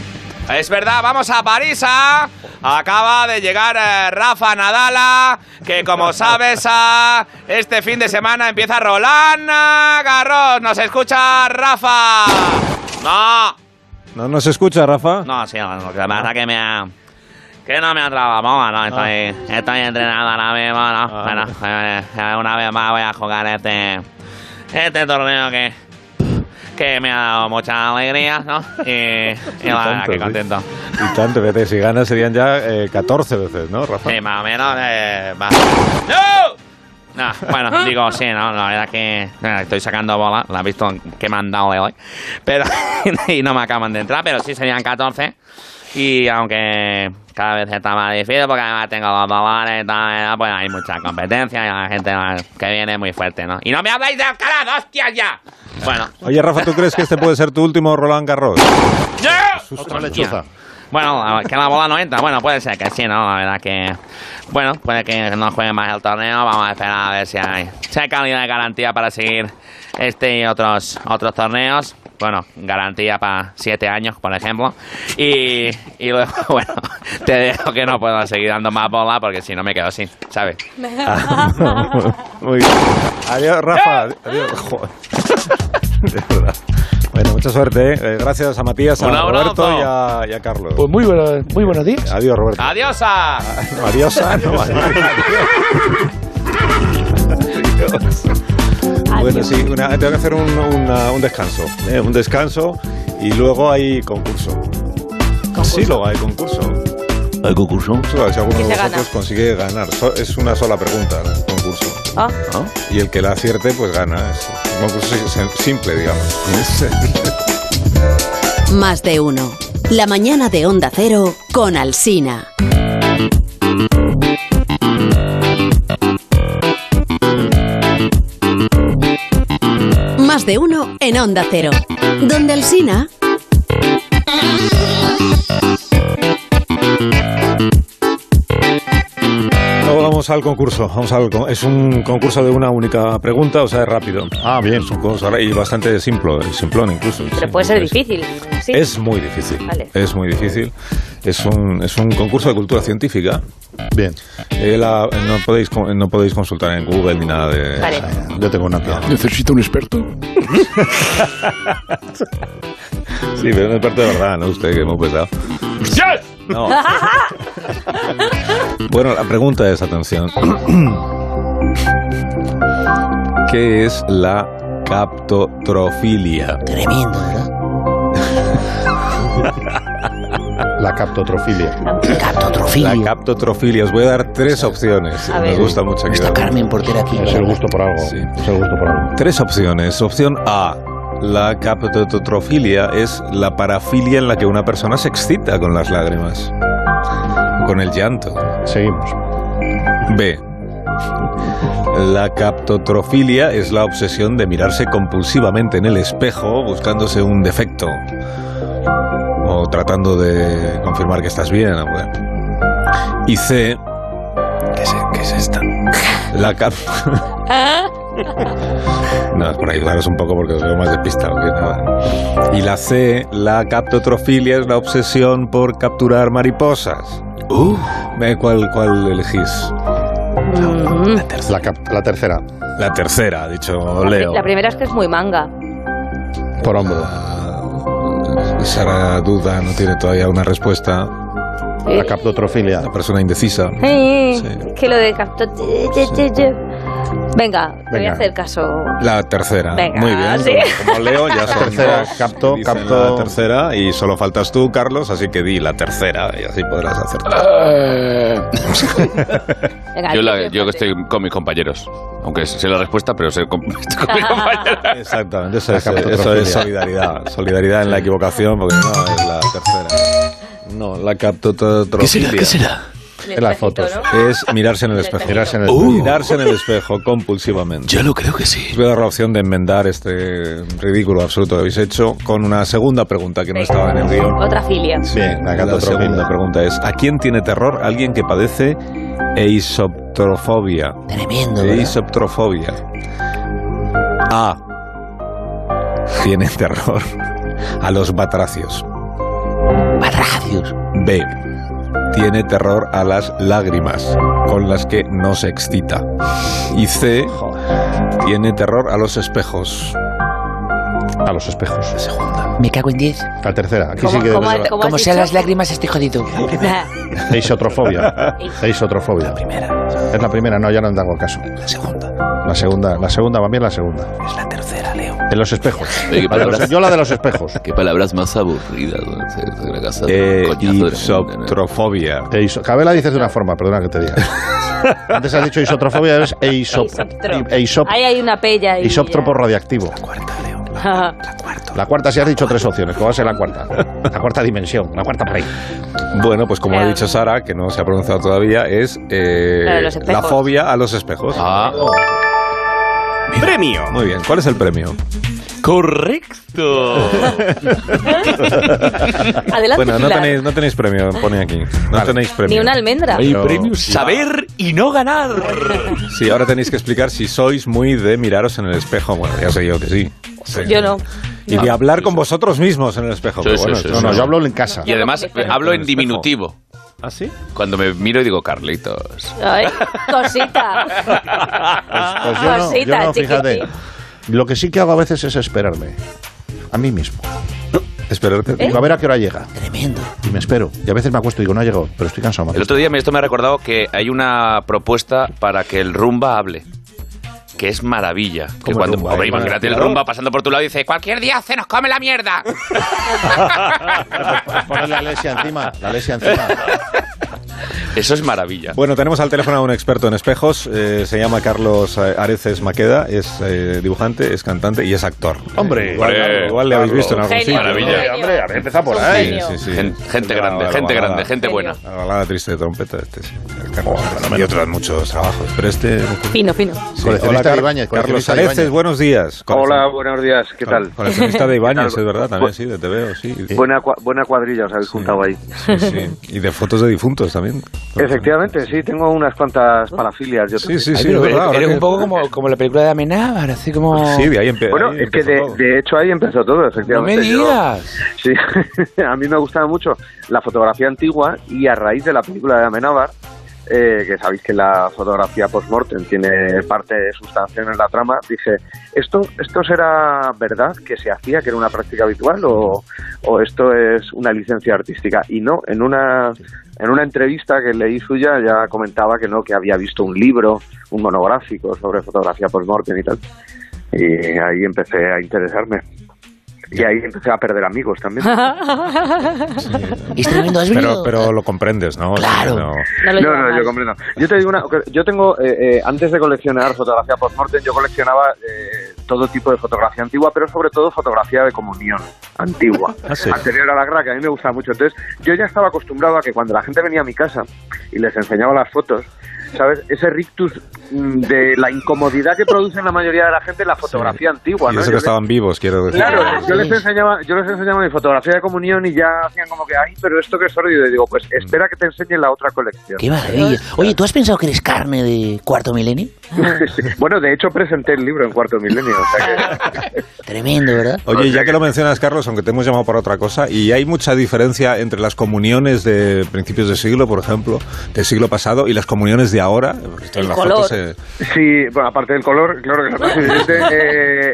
Speaker 11: Es verdad, vamos a París. ah. Acaba de llegar eh, Rafa Nadala, que como sabes, ah, este fin de semana empieza Roland ah, Garros. ¿Nos escucha Rafa? No,
Speaker 1: ¿No nos escucha, Rafa?
Speaker 10: No, sí, no, lo que pasa es que me ha... Que no me ha trabajado, no, estoy,
Speaker 1: Ah.
Speaker 10: estoy entrenando ahora mismo, no. Bueno, eh, eh, una vez más voy a jugar este, este torneo que, que me ha dado mucha alegría, ¿no? Y, y la verdad
Speaker 1: tanto, ¿eh?
Speaker 10: que
Speaker 1: sí.
Speaker 10: contento.
Speaker 1: Y tantas veces, si ganas serían ya eh, 14 veces, ¿no, Rafa?
Speaker 10: Sí, más o menos, eh, más- ¡No! Ah, bueno, digo, sí, no, la verdad que eh, estoy sacando bola, la has visto que me han dado de hoy, pero, y no me acaban de entrar, pero sí serían 14, y aunque cada vez está más difícil, porque además tengo los dolores y tal, eh, pues hay mucha competencia, y la gente eh, que viene muy fuerte, ¿no? Y no me habláis de Alcalá, hostias ya. Bueno,
Speaker 1: Oye, Rafa, ¿tú crees que este puede ser tu último Roland Garros?
Speaker 2: Otra lechuza.
Speaker 10: Bueno, a ver, que la bola no entra. Bueno, puede ser que sí, ¿no? La verdad que. Bueno, puede que no juegue más el torneo. Vamos a esperar a ver si hay. Si hay calidad de garantía para seguir este y otros, otros torneos. Bueno, garantía para siete años, por ejemplo. Y, y luego, bueno, te dejo que no puedo seguir dando más bola porque si no me quedo sin, ¿sabes?
Speaker 1: Muy bien. Adiós, Rafa. Adiós. Joder. De verdad. Bueno, mucha suerte. ¿eh? Eh, Gracias a Matías,
Speaker 10: Un
Speaker 1: a
Speaker 10: abrazo.
Speaker 1: Roberto y a, y a Carlos.
Speaker 11: Pues muy, muy buenos días.
Speaker 1: Adiós, Roberto.
Speaker 10: ¡Adiós! A...
Speaker 1: No, adiós, ah, no, adiós. Adiós. Bueno, sí, una- tengo que hacer un, una- un descanso. ¿eh? Un descanso y luego hay concurso. Sí, luego hay concurso.
Speaker 13: ¿Hay concurso?
Speaker 1: Si alguno
Speaker 4: ¿Qué
Speaker 1: de
Speaker 4: se gana?
Speaker 1: vosotros consigue ganar. So- es una sola pregunta, ¿no? el concurso.
Speaker 4: Ah,
Speaker 1: Y el que la acierte, pues gana. Es un concurso sim- simple, digamos.
Speaker 14: Más de uno. La mañana de Onda Cero con Alsina. Más de uno en Onda Cero. Donde Alsina.
Speaker 1: Luego vamos al concurso. Vamos al con- es un concurso de una única pregunta, o sea, es rápido. Ah, bien. Es un concurso y bastante simple, simplón incluso.
Speaker 4: pero
Speaker 1: Sí,
Speaker 4: puede ser
Speaker 1: es-
Speaker 4: difícil. Sí.
Speaker 1: Es muy difícil.
Speaker 4: Vale.
Speaker 1: Es muy difícil. Es un, es un concurso de cultura científica.
Speaker 2: Bien.
Speaker 1: Eh, la- no, podéis, con- no podéis consultar en Google ni nada de...
Speaker 4: Vale.
Speaker 2: Yo tengo una piedra.
Speaker 9: ¿Necesita un experto?
Speaker 1: Sí, pero no es parte de verdad, ¿no? Usted que es muy pesado. No. bueno, la pregunta es, atención. ¿Qué es la captotrofilia?
Speaker 7: Tremendo, ¿verdad?
Speaker 2: La captotrofilia.
Speaker 1: La
Speaker 7: Captotrofilia.
Speaker 1: captotrofilia. Os voy a dar tres opciones.
Speaker 4: A
Speaker 1: Me
Speaker 4: ver.
Speaker 1: gusta mucho que...
Speaker 7: Está Carmen Portera aquí.
Speaker 2: Es el gusto por algo.
Speaker 1: Sí.
Speaker 2: Es el gusto por algo.
Speaker 1: Tres opciones. Opción A. La captotrofilia es la parafilia en la que una persona se excita con las lágrimas, con el llanto.
Speaker 2: Seguimos.
Speaker 1: B. La captotrofilia es la obsesión de mirarse compulsivamente en el espejo buscándose un defecto o tratando de confirmar que estás bien. o bueno. Y C. ¿Qué es, qué es esta? La cap...
Speaker 4: Ah.
Speaker 1: No, es por ayudaros un poco porque os veo más despistado que nada. Y la C, la captotrofilia es la obsesión por capturar mariposas. Eh, ¿Cuál, cuál elegís?
Speaker 4: Mm.
Speaker 2: La, cap- la tercera.
Speaker 1: La tercera, ha dicho
Speaker 4: La, pri-
Speaker 1: Leo.
Speaker 4: la primera es que es muy manga.
Speaker 2: Por hombro.
Speaker 1: Ah, Sara duda, no tiene todavía una respuesta.
Speaker 2: La captotrofilia.
Speaker 1: Una persona indecisa.
Speaker 4: Eh,
Speaker 1: Sí.
Speaker 4: Que lo de capto. Venga, te voy
Speaker 2: Venga.
Speaker 4: a hacer caso.
Speaker 1: La tercera.
Speaker 4: Venga,
Speaker 1: Muy bien.
Speaker 4: sí.
Speaker 1: Como como Leo, ya
Speaker 2: La
Speaker 1: son
Speaker 2: tercera,
Speaker 1: dos.
Speaker 2: capto,
Speaker 1: Dicen
Speaker 2: capto.
Speaker 1: La tercera y solo faltas tú, Carlos, así que di la tercera y así podrás acertar.
Speaker 4: Venga,
Speaker 6: Yo, la-
Speaker 4: te-
Speaker 6: yo que estoy con mis compañeros. Aunque sé la respuesta, pero sé con, estoy con mis compañeros.
Speaker 1: Exactamente, eso
Speaker 2: La
Speaker 1: es, eso
Speaker 2: captotrofilia.
Speaker 1: es solidaridad. Solidaridad en la equivocación, porque no, es la tercera. No, la captotrofilia.
Speaker 13: será?
Speaker 4: el
Speaker 2: en las
Speaker 4: espejito,
Speaker 2: fotos.
Speaker 4: ¿no?
Speaker 1: Es mirarse en el espejo.
Speaker 2: Mirarse en el
Speaker 1: Mirarse en el espejo compulsivamente.
Speaker 13: Uh. Yo lo creo que sí.
Speaker 1: Os voy a dar la opción de enmendar este ridículo absoluto que habéis hecho con una segunda pregunta que no estaba en el guión.
Speaker 4: Otra filia.
Speaker 2: Bien, la
Speaker 1: La segunda
Speaker 2: captotrofilia.
Speaker 1: pregunta es, ¿a quién tiene terror alguien que padece eisoptrofobia?
Speaker 7: Tremendo, ¿verdad?
Speaker 1: Eisoptrofobia. A. Tiene terror a los batracios.
Speaker 7: Barracios.
Speaker 1: B. Tiene terror a las lágrimas, con las que no se excita. Y C. Tiene terror a los espejos.
Speaker 2: A los espejos.
Speaker 7: Me cago en 10.
Speaker 2: La tercera. Aquí sí
Speaker 4: ¿Cómo-
Speaker 2: que
Speaker 4: cómo-
Speaker 2: desde
Speaker 4: cómo has
Speaker 7: Como sean
Speaker 4: dicho?
Speaker 7: las lágrimas, estoy jodido.
Speaker 2: la- Eisotrofobia. Eisotrofobia. La primera. Es la primera, no, ya no tengo caso. La segunda. La segunda, la segunda, va bien la segunda. Es la tercera, Leo. En los espejos.
Speaker 6: Oye, qué
Speaker 2: La de los-
Speaker 1: pues
Speaker 6: palabras.
Speaker 2: yo la de los espejos.
Speaker 6: Qué palabras más aburridas. ¿no? Se- se la casa de
Speaker 1: Eh,
Speaker 6: coñazo de la gente, ¿no?
Speaker 1: Isotrofobia.
Speaker 2: Eiso- E Cabela dices de una forma, perdona que te diga. Antes has dicho e isotrofobia, ahora es eisop,
Speaker 4: Eisoptro.
Speaker 2: eisop,
Speaker 4: Ahí hay una pella. ahí,
Speaker 2: e isóptropo radioactivo.
Speaker 4: ya.
Speaker 2: La cuarta, si has dicho tres opciones, ¿cuál va a ser la cuarta? La cuarta dimensión, la cuarta pared.
Speaker 1: Bueno, pues como ha dicho Sara, que no se ha pronunciado todavia, es eh,
Speaker 4: Eh, La de los
Speaker 1: la
Speaker 4: espejos.
Speaker 1: fobia a los espejos.
Speaker 6: Ah,
Speaker 11: ¡Premio!
Speaker 1: Muy bien, ¿cuál es el premio?
Speaker 11: ¡Correcto!
Speaker 4: Adelante,
Speaker 1: Bueno, no
Speaker 4: Pilar.
Speaker 1: tenéis, no tenéis premio, pone aquí. No tenéis premio.
Speaker 4: Ni una almendra.
Speaker 11: Hay
Speaker 1: Pero-
Speaker 11: premio saber y no ganar.
Speaker 1: Sí, ahora tenéis que explicar si sois muy de miraros en el espejo. Bueno, ya sé yo que sí. Sí.
Speaker 4: Yo no.
Speaker 1: Y de hablar con vosotros mismos en el espejo.
Speaker 6: Sí,
Speaker 1: pero
Speaker 6: sí,
Speaker 1: bueno,
Speaker 6: sí,
Speaker 1: esto
Speaker 2: No,
Speaker 6: sí.
Speaker 2: no, yo hablo en casa.
Speaker 6: Y además eh, hablo en diminutivo.
Speaker 1: ¿Ah, sí?
Speaker 6: Cuando me miro y digo, Carlitos.
Speaker 4: Ay, cosita.
Speaker 2: Pues yo no, yo
Speaker 4: Cosita,
Speaker 2: no, fíjate.
Speaker 4: chiquitín.
Speaker 2: Lo que sí que hago a veces es esperarme. A mí mismo.
Speaker 1: Esperarte.
Speaker 2: Digo, a ver a qué hora llega.
Speaker 7: Tremendo.
Speaker 2: Y me espero. Y a veces me acuesto y digo, no ha llegado, pero estoy cansado. me
Speaker 6: El
Speaker 2: acuesto.
Speaker 6: otro día me- esto me ha recordado que hay una propuesta para que el rumba hable.
Speaker 3: que es maravilla. Que cuando
Speaker 1: rumba,
Speaker 3: hombre,
Speaker 1: eh,
Speaker 3: imagínate el
Speaker 1: claro.
Speaker 3: rumba pasando por tu lado y dice, cualquier día se nos come la mierda.
Speaker 13: Poner la lesia encima, Ah, la lesia encima.
Speaker 3: Eso es maravilla.
Speaker 1: Bueno, tenemos al teléfono a un experto en espejos, eh, se llama Carlos eh, Areces Maqueda, es eh, dibujante, es cantante y es actor.
Speaker 13: Hombre,
Speaker 1: igual,
Speaker 3: Hombre,
Speaker 1: igual le habéis visto en algún
Speaker 4: Genio.
Speaker 1: sitio. ¿no?
Speaker 3: Maravilla.
Speaker 4: Genio.
Speaker 13: Hombre, a ver, empezá por
Speaker 4: Un
Speaker 13: ahí.
Speaker 4: genio.
Speaker 1: Sí, sí, sí.
Speaker 3: Gen- gente
Speaker 1: Una
Speaker 3: grande, gente
Speaker 1: balada-
Speaker 3: grande, gente buena.
Speaker 1: Una balada triste de trompeta, este sí, el Carlos Areces. y otros muchos trabajos, pero este...
Speaker 4: Fino, fino.
Speaker 1: Sí,
Speaker 13: Coleccionista
Speaker 1: hola, Car-
Speaker 13: de Ibáñez,
Speaker 1: Carlos
Speaker 13: coleccionista de
Speaker 1: Areces,
Speaker 13: Ibáñez.
Speaker 1: buenos días.
Speaker 5: Hola, buenos días, ¿qué tal?
Speaker 1: Coleccionista de Ibañez,
Speaker 5: ¿Qué tal?
Speaker 1: es verdad, también, sí, de te veo, sí.
Speaker 5: Buena, cua- buena cuadrilla os habéis juntado ahí.
Speaker 1: Sí, sí. Y de fotos de difuntos también.
Speaker 5: Efectivamente, sí, tengo unas cuantas palafilias. Yo
Speaker 1: Sí, sí,
Speaker 11: Ay,
Speaker 1: sí,
Speaker 11: pero
Speaker 1: es
Speaker 11: eres-
Speaker 1: verdad, ahora
Speaker 11: eres
Speaker 1: que-
Speaker 11: un poco como, como la película de Amenábar, así como...
Speaker 1: Pues
Speaker 3: Pues
Speaker 1: Sí, de ahí empe-
Speaker 5: Bueno,
Speaker 1: ahí
Speaker 5: es que
Speaker 1: empezó
Speaker 5: de,
Speaker 1: todo.
Speaker 5: de hecho ahí empezó todo,
Speaker 11: no me
Speaker 5: efectivamente. Yo-
Speaker 11: digas.
Speaker 5: sí, a mí me gustaba mucho la fotografía antigua y a raíz de la película de Amenábar, eh, que sabéis que la fotografía post-mortem tiene parte sustancial en la trama, dije, ¿esto, ¿esto será verdad que se hacía, que era una práctica habitual o, o esto es una licencia artística? Y no, en una, en una entrevista que leí suya ya comentaba que no, que había visto un libro, un monográfico sobre fotografía post-mortem y tal. Y ahí empecé a interesarme. Y ahí empecé a perder amigos también.
Speaker 7: Y estoy viendo, has
Speaker 1: Pero,
Speaker 7: venido.
Speaker 1: pero lo comprendes, ¿no?
Speaker 7: Claro.
Speaker 1: No.
Speaker 4: No lo
Speaker 5: No,
Speaker 4: llevo
Speaker 5: no,
Speaker 4: mal.
Speaker 5: yo comprendo. Yo te digo una. Yo tengo. eh, eh, antes de coleccionar fotografía post-mortem, yo coleccionaba eh, todo tipo de fotografía antigua, pero sobre todo fotografía de comunión antigua.
Speaker 1: Ah, sí.
Speaker 5: Anterior a la guerra, que a mí me gustaba mucho. Entonces, yo ya estaba acostumbrado a que cuando la gente venía a mi casa y les enseñaba las fotos, ¿sabes? Ese rictus mm, de la incomodidad que produce la mayoría de la gente la fotografía antigua,
Speaker 1: Y
Speaker 5: ¿no? Yo
Speaker 1: eso que
Speaker 5: les-
Speaker 1: estaban vivos, quiero decir.
Speaker 7: Ah,
Speaker 5: Claro, yo les enseñaba, yo les enseñaba mi fotografía de comunión y ya hacían como que, ay, pero esto que es sórdido. Y digo, pues espera que te enseñe la otra colección.
Speaker 7: Qué maravilla. Oye, ¿tú has pensado que eres carne de cuarto milenio?
Speaker 5: bueno, de hecho presenté el libro en cuarto milenio. o sea que-
Speaker 7: Tremendo, ¿verdad?
Speaker 1: Oye, ya que lo mencionas, Carlos, aunque te hemos llamado para otra cosa, y hay mucha diferencia entre las comuniones de principios de siglo, por ejemplo, del siglo pasado, y las comuniones de ahora. Esto en
Speaker 4: El
Speaker 1: la
Speaker 4: color.
Speaker 1: foto se-
Speaker 5: sí, bueno, aparte del color, claro que es más evidente. eh,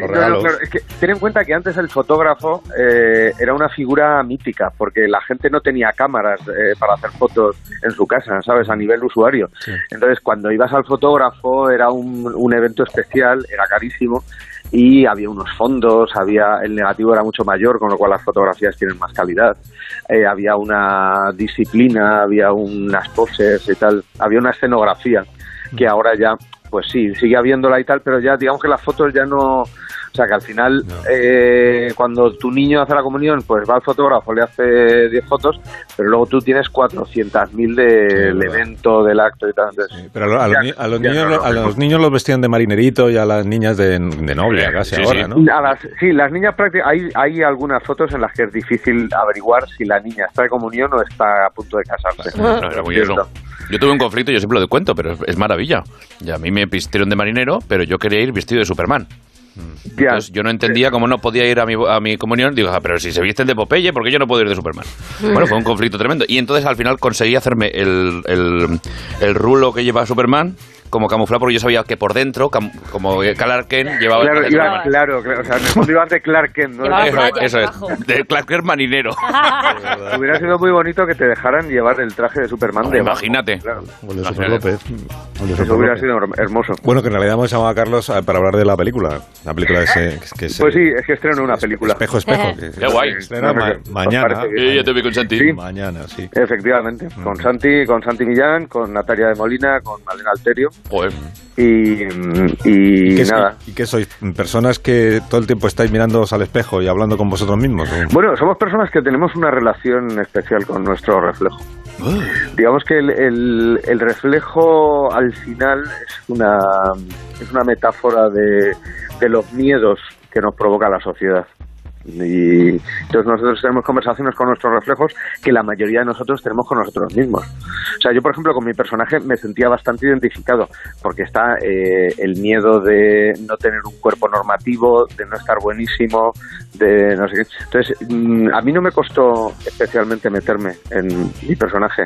Speaker 13: Los
Speaker 5: no, no,
Speaker 13: regalos.
Speaker 5: claro, es que ten en cuenta que antes el fotógrafo eh, era una figura mítica, porque la gente no tenía cámaras eh, para hacer fotos en su casa, ¿sabes? A nivel usuario. Entonces, cuando ibas al fotógrafo era un, un evento especial, era carísimo. Y había unos fondos, había el negativo era mucho mayor, con lo cual las fotografías tienen más calidad. Eh, había una disciplina, había unas poses y tal, había una escenografía que ahora ya, pues sí, sigue habiéndola y tal, pero ya digamos que las fotos ya no... O sea que al final, eh, cuando tu niño hace la comunión, pues va al fotógrafo, le hace 10 fotos, pero luego tú tienes 400.000 del
Speaker 1: verdad.
Speaker 5: evento, del acto y tal. Entonces,
Speaker 1: Pero a, lo- a los,
Speaker 5: Ya,
Speaker 1: ni- a los
Speaker 5: ya,
Speaker 1: niños,
Speaker 5: no, no.
Speaker 1: a los niños los vestían de marinerito y a las niñas de, de novia, Pues casi
Speaker 3: Sí,
Speaker 1: ahora,
Speaker 3: sí.
Speaker 1: ¿no?
Speaker 5: A las- sí, las niñas prácticamente. Hay, hay algunas fotos en las que es difícil averiguar si la niña está de comunión o está a punto de casarse.
Speaker 3: No, era muy eso. Yo tuve un conflicto, yo siempre lo cuento, pero es, es maravilla. Y a mí me vistieron de marinero, pero yo quería ir vestido de Superman.
Speaker 5: Ya.
Speaker 3: Entonces yo no entendía cómo no podía ir a mi, a mi comunión. Digo, "Ah, pero si se visten de Popeye, ¿por qué yo no puedo ir de Superman? Bueno, fue un conflicto tremendo. Y entonces al final conseguí hacerme el, el- el rulo que lleva Superman como camuflado, porque yo sabía que por dentro, cam- como Clark Kent llevaba... el
Speaker 5: Claro,
Speaker 3: traje de
Speaker 5: iba-
Speaker 3: Superman.
Speaker 5: claro, claro. O sea, en el fondo ibas de Clark Kent, ¿no?
Speaker 4: Llevaba
Speaker 3: Eso,
Speaker 4: Vaya,
Speaker 3: eso
Speaker 4: abajo.
Speaker 3: es, de Clark Kent marinero.
Speaker 5: Hubiera sido muy bonito que te dejaran llevar el traje de Superman.
Speaker 3: Hombre,
Speaker 5: de abajo.
Speaker 3: imagínate.
Speaker 5: Claro.
Speaker 13: O el de Super López. O el de
Speaker 5: Eso
Speaker 13: Super
Speaker 5: hubiera
Speaker 13: López.
Speaker 5: sido her- hermoso.
Speaker 1: Bueno, que en realidad hemos llamado a Carlos eh, para hablar de la película. La película ese, que se-
Speaker 5: Pues sí, es que estreno una película.
Speaker 1: Espejo, espejo. que-
Speaker 3: Qué guay.
Speaker 1: se estrena ma-
Speaker 5: Os
Speaker 1: mañana. Mm.
Speaker 5: parece
Speaker 3: Yo ya te vi con Santi.
Speaker 5: Sí.
Speaker 1: Mañana, sí.
Speaker 5: Efectivamente, con Santi, con Santi Millán, con Natalia de Molina, con Malena Alterio
Speaker 3: Joder.
Speaker 5: y,
Speaker 1: ¿Y
Speaker 5: Mm, y
Speaker 1: qué,
Speaker 5: nada.
Speaker 1: sois- y qué sois? ¿Personas que todo el tiempo estáis mirándoos al espejo y hablando con vosotros mismos? ¿o?
Speaker 5: Bueno, somos personas que tenemos una relación especial con nuestro reflejo. Digamos que el, el- el reflejo al final es una, es una metáfora de, de los miedos que nos provoca la sociedad. Y entonces nosotros tenemos conversaciones con nuestros reflejos que la mayoría de nosotros tenemos con nosotros mismos. O sea, yo por ejemplo con mi personaje me sentía bastante identificado porque está eh, el miedo de no tener un cuerpo normativo, de no estar buenísimo, de no sé qué. Entonces, mm, a mí no me costó especialmente meterme en mi personaje,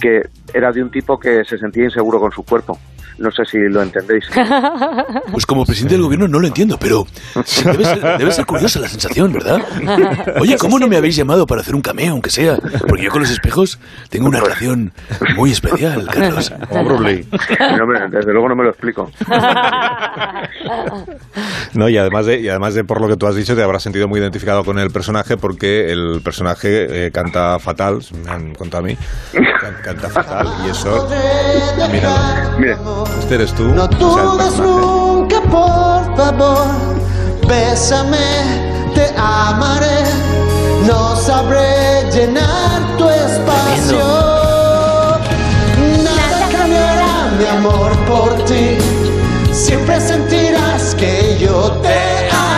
Speaker 5: que era de un tipo que se sentía inseguro con su cuerpo. No sé si lo entendéis.
Speaker 15: Pues como presidente del gobierno no lo entiendo, pero debe ser, debe ser curiosa la sensación, ¿verdad? Oye, ¿cómo no me habéis llamado para hacer un cameo, aunque sea? Porque yo con los espejos tengo una relación muy especial, Carlos.
Speaker 5: Como Bruce Lee. No me- desde luego no me lo explico.
Speaker 1: No, y además, de, y además de por lo que tú has dicho, te habrás sentido muy identificado con el personaje porque el personaje eh, canta fatal, me han contado a mí, Can- canta fatal y eso, míralo.
Speaker 5: Mira,
Speaker 1: este eres tú, o sea, el
Speaker 16: dudes
Speaker 1: personaje.
Speaker 16: nunca, por favor. Bésame, te amaré. No sabré llenar tu espacio. Nada cambiará mi amor por ti. Siempre sentirás que yo te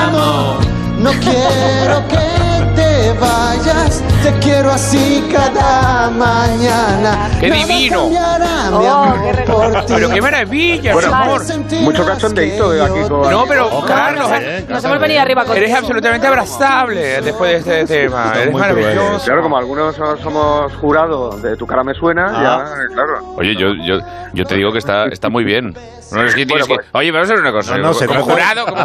Speaker 16: amo. No quiero que te vayas. Te quiero así cada mañana.
Speaker 3: ¡Qué
Speaker 16: Nada
Speaker 3: divino!
Speaker 16: cambiará mi amor por ti.
Speaker 3: Pero qué maravilla,
Speaker 16: Bueno,
Speaker 3: amor.
Speaker 5: Mucho cachondeito de aquí con...
Speaker 3: No, pero
Speaker 5: Oh,
Speaker 3: Carlos, eres-
Speaker 4: Nos hemos venido arriba con
Speaker 3: eres absolutamente abrazable después de este tema. Eres maravilloso.
Speaker 5: Claro, como algunos so- somos jurados de Tu cara me suena,
Speaker 3: Ah.
Speaker 5: ya, claro.
Speaker 3: Oye, yo, yo, yo te digo que está, está muy bien. No, es que tienes que- Oye, vamos a hacer una cosa.
Speaker 1: pues, No, no, se
Speaker 3: como
Speaker 1: trata-
Speaker 3: jurado, como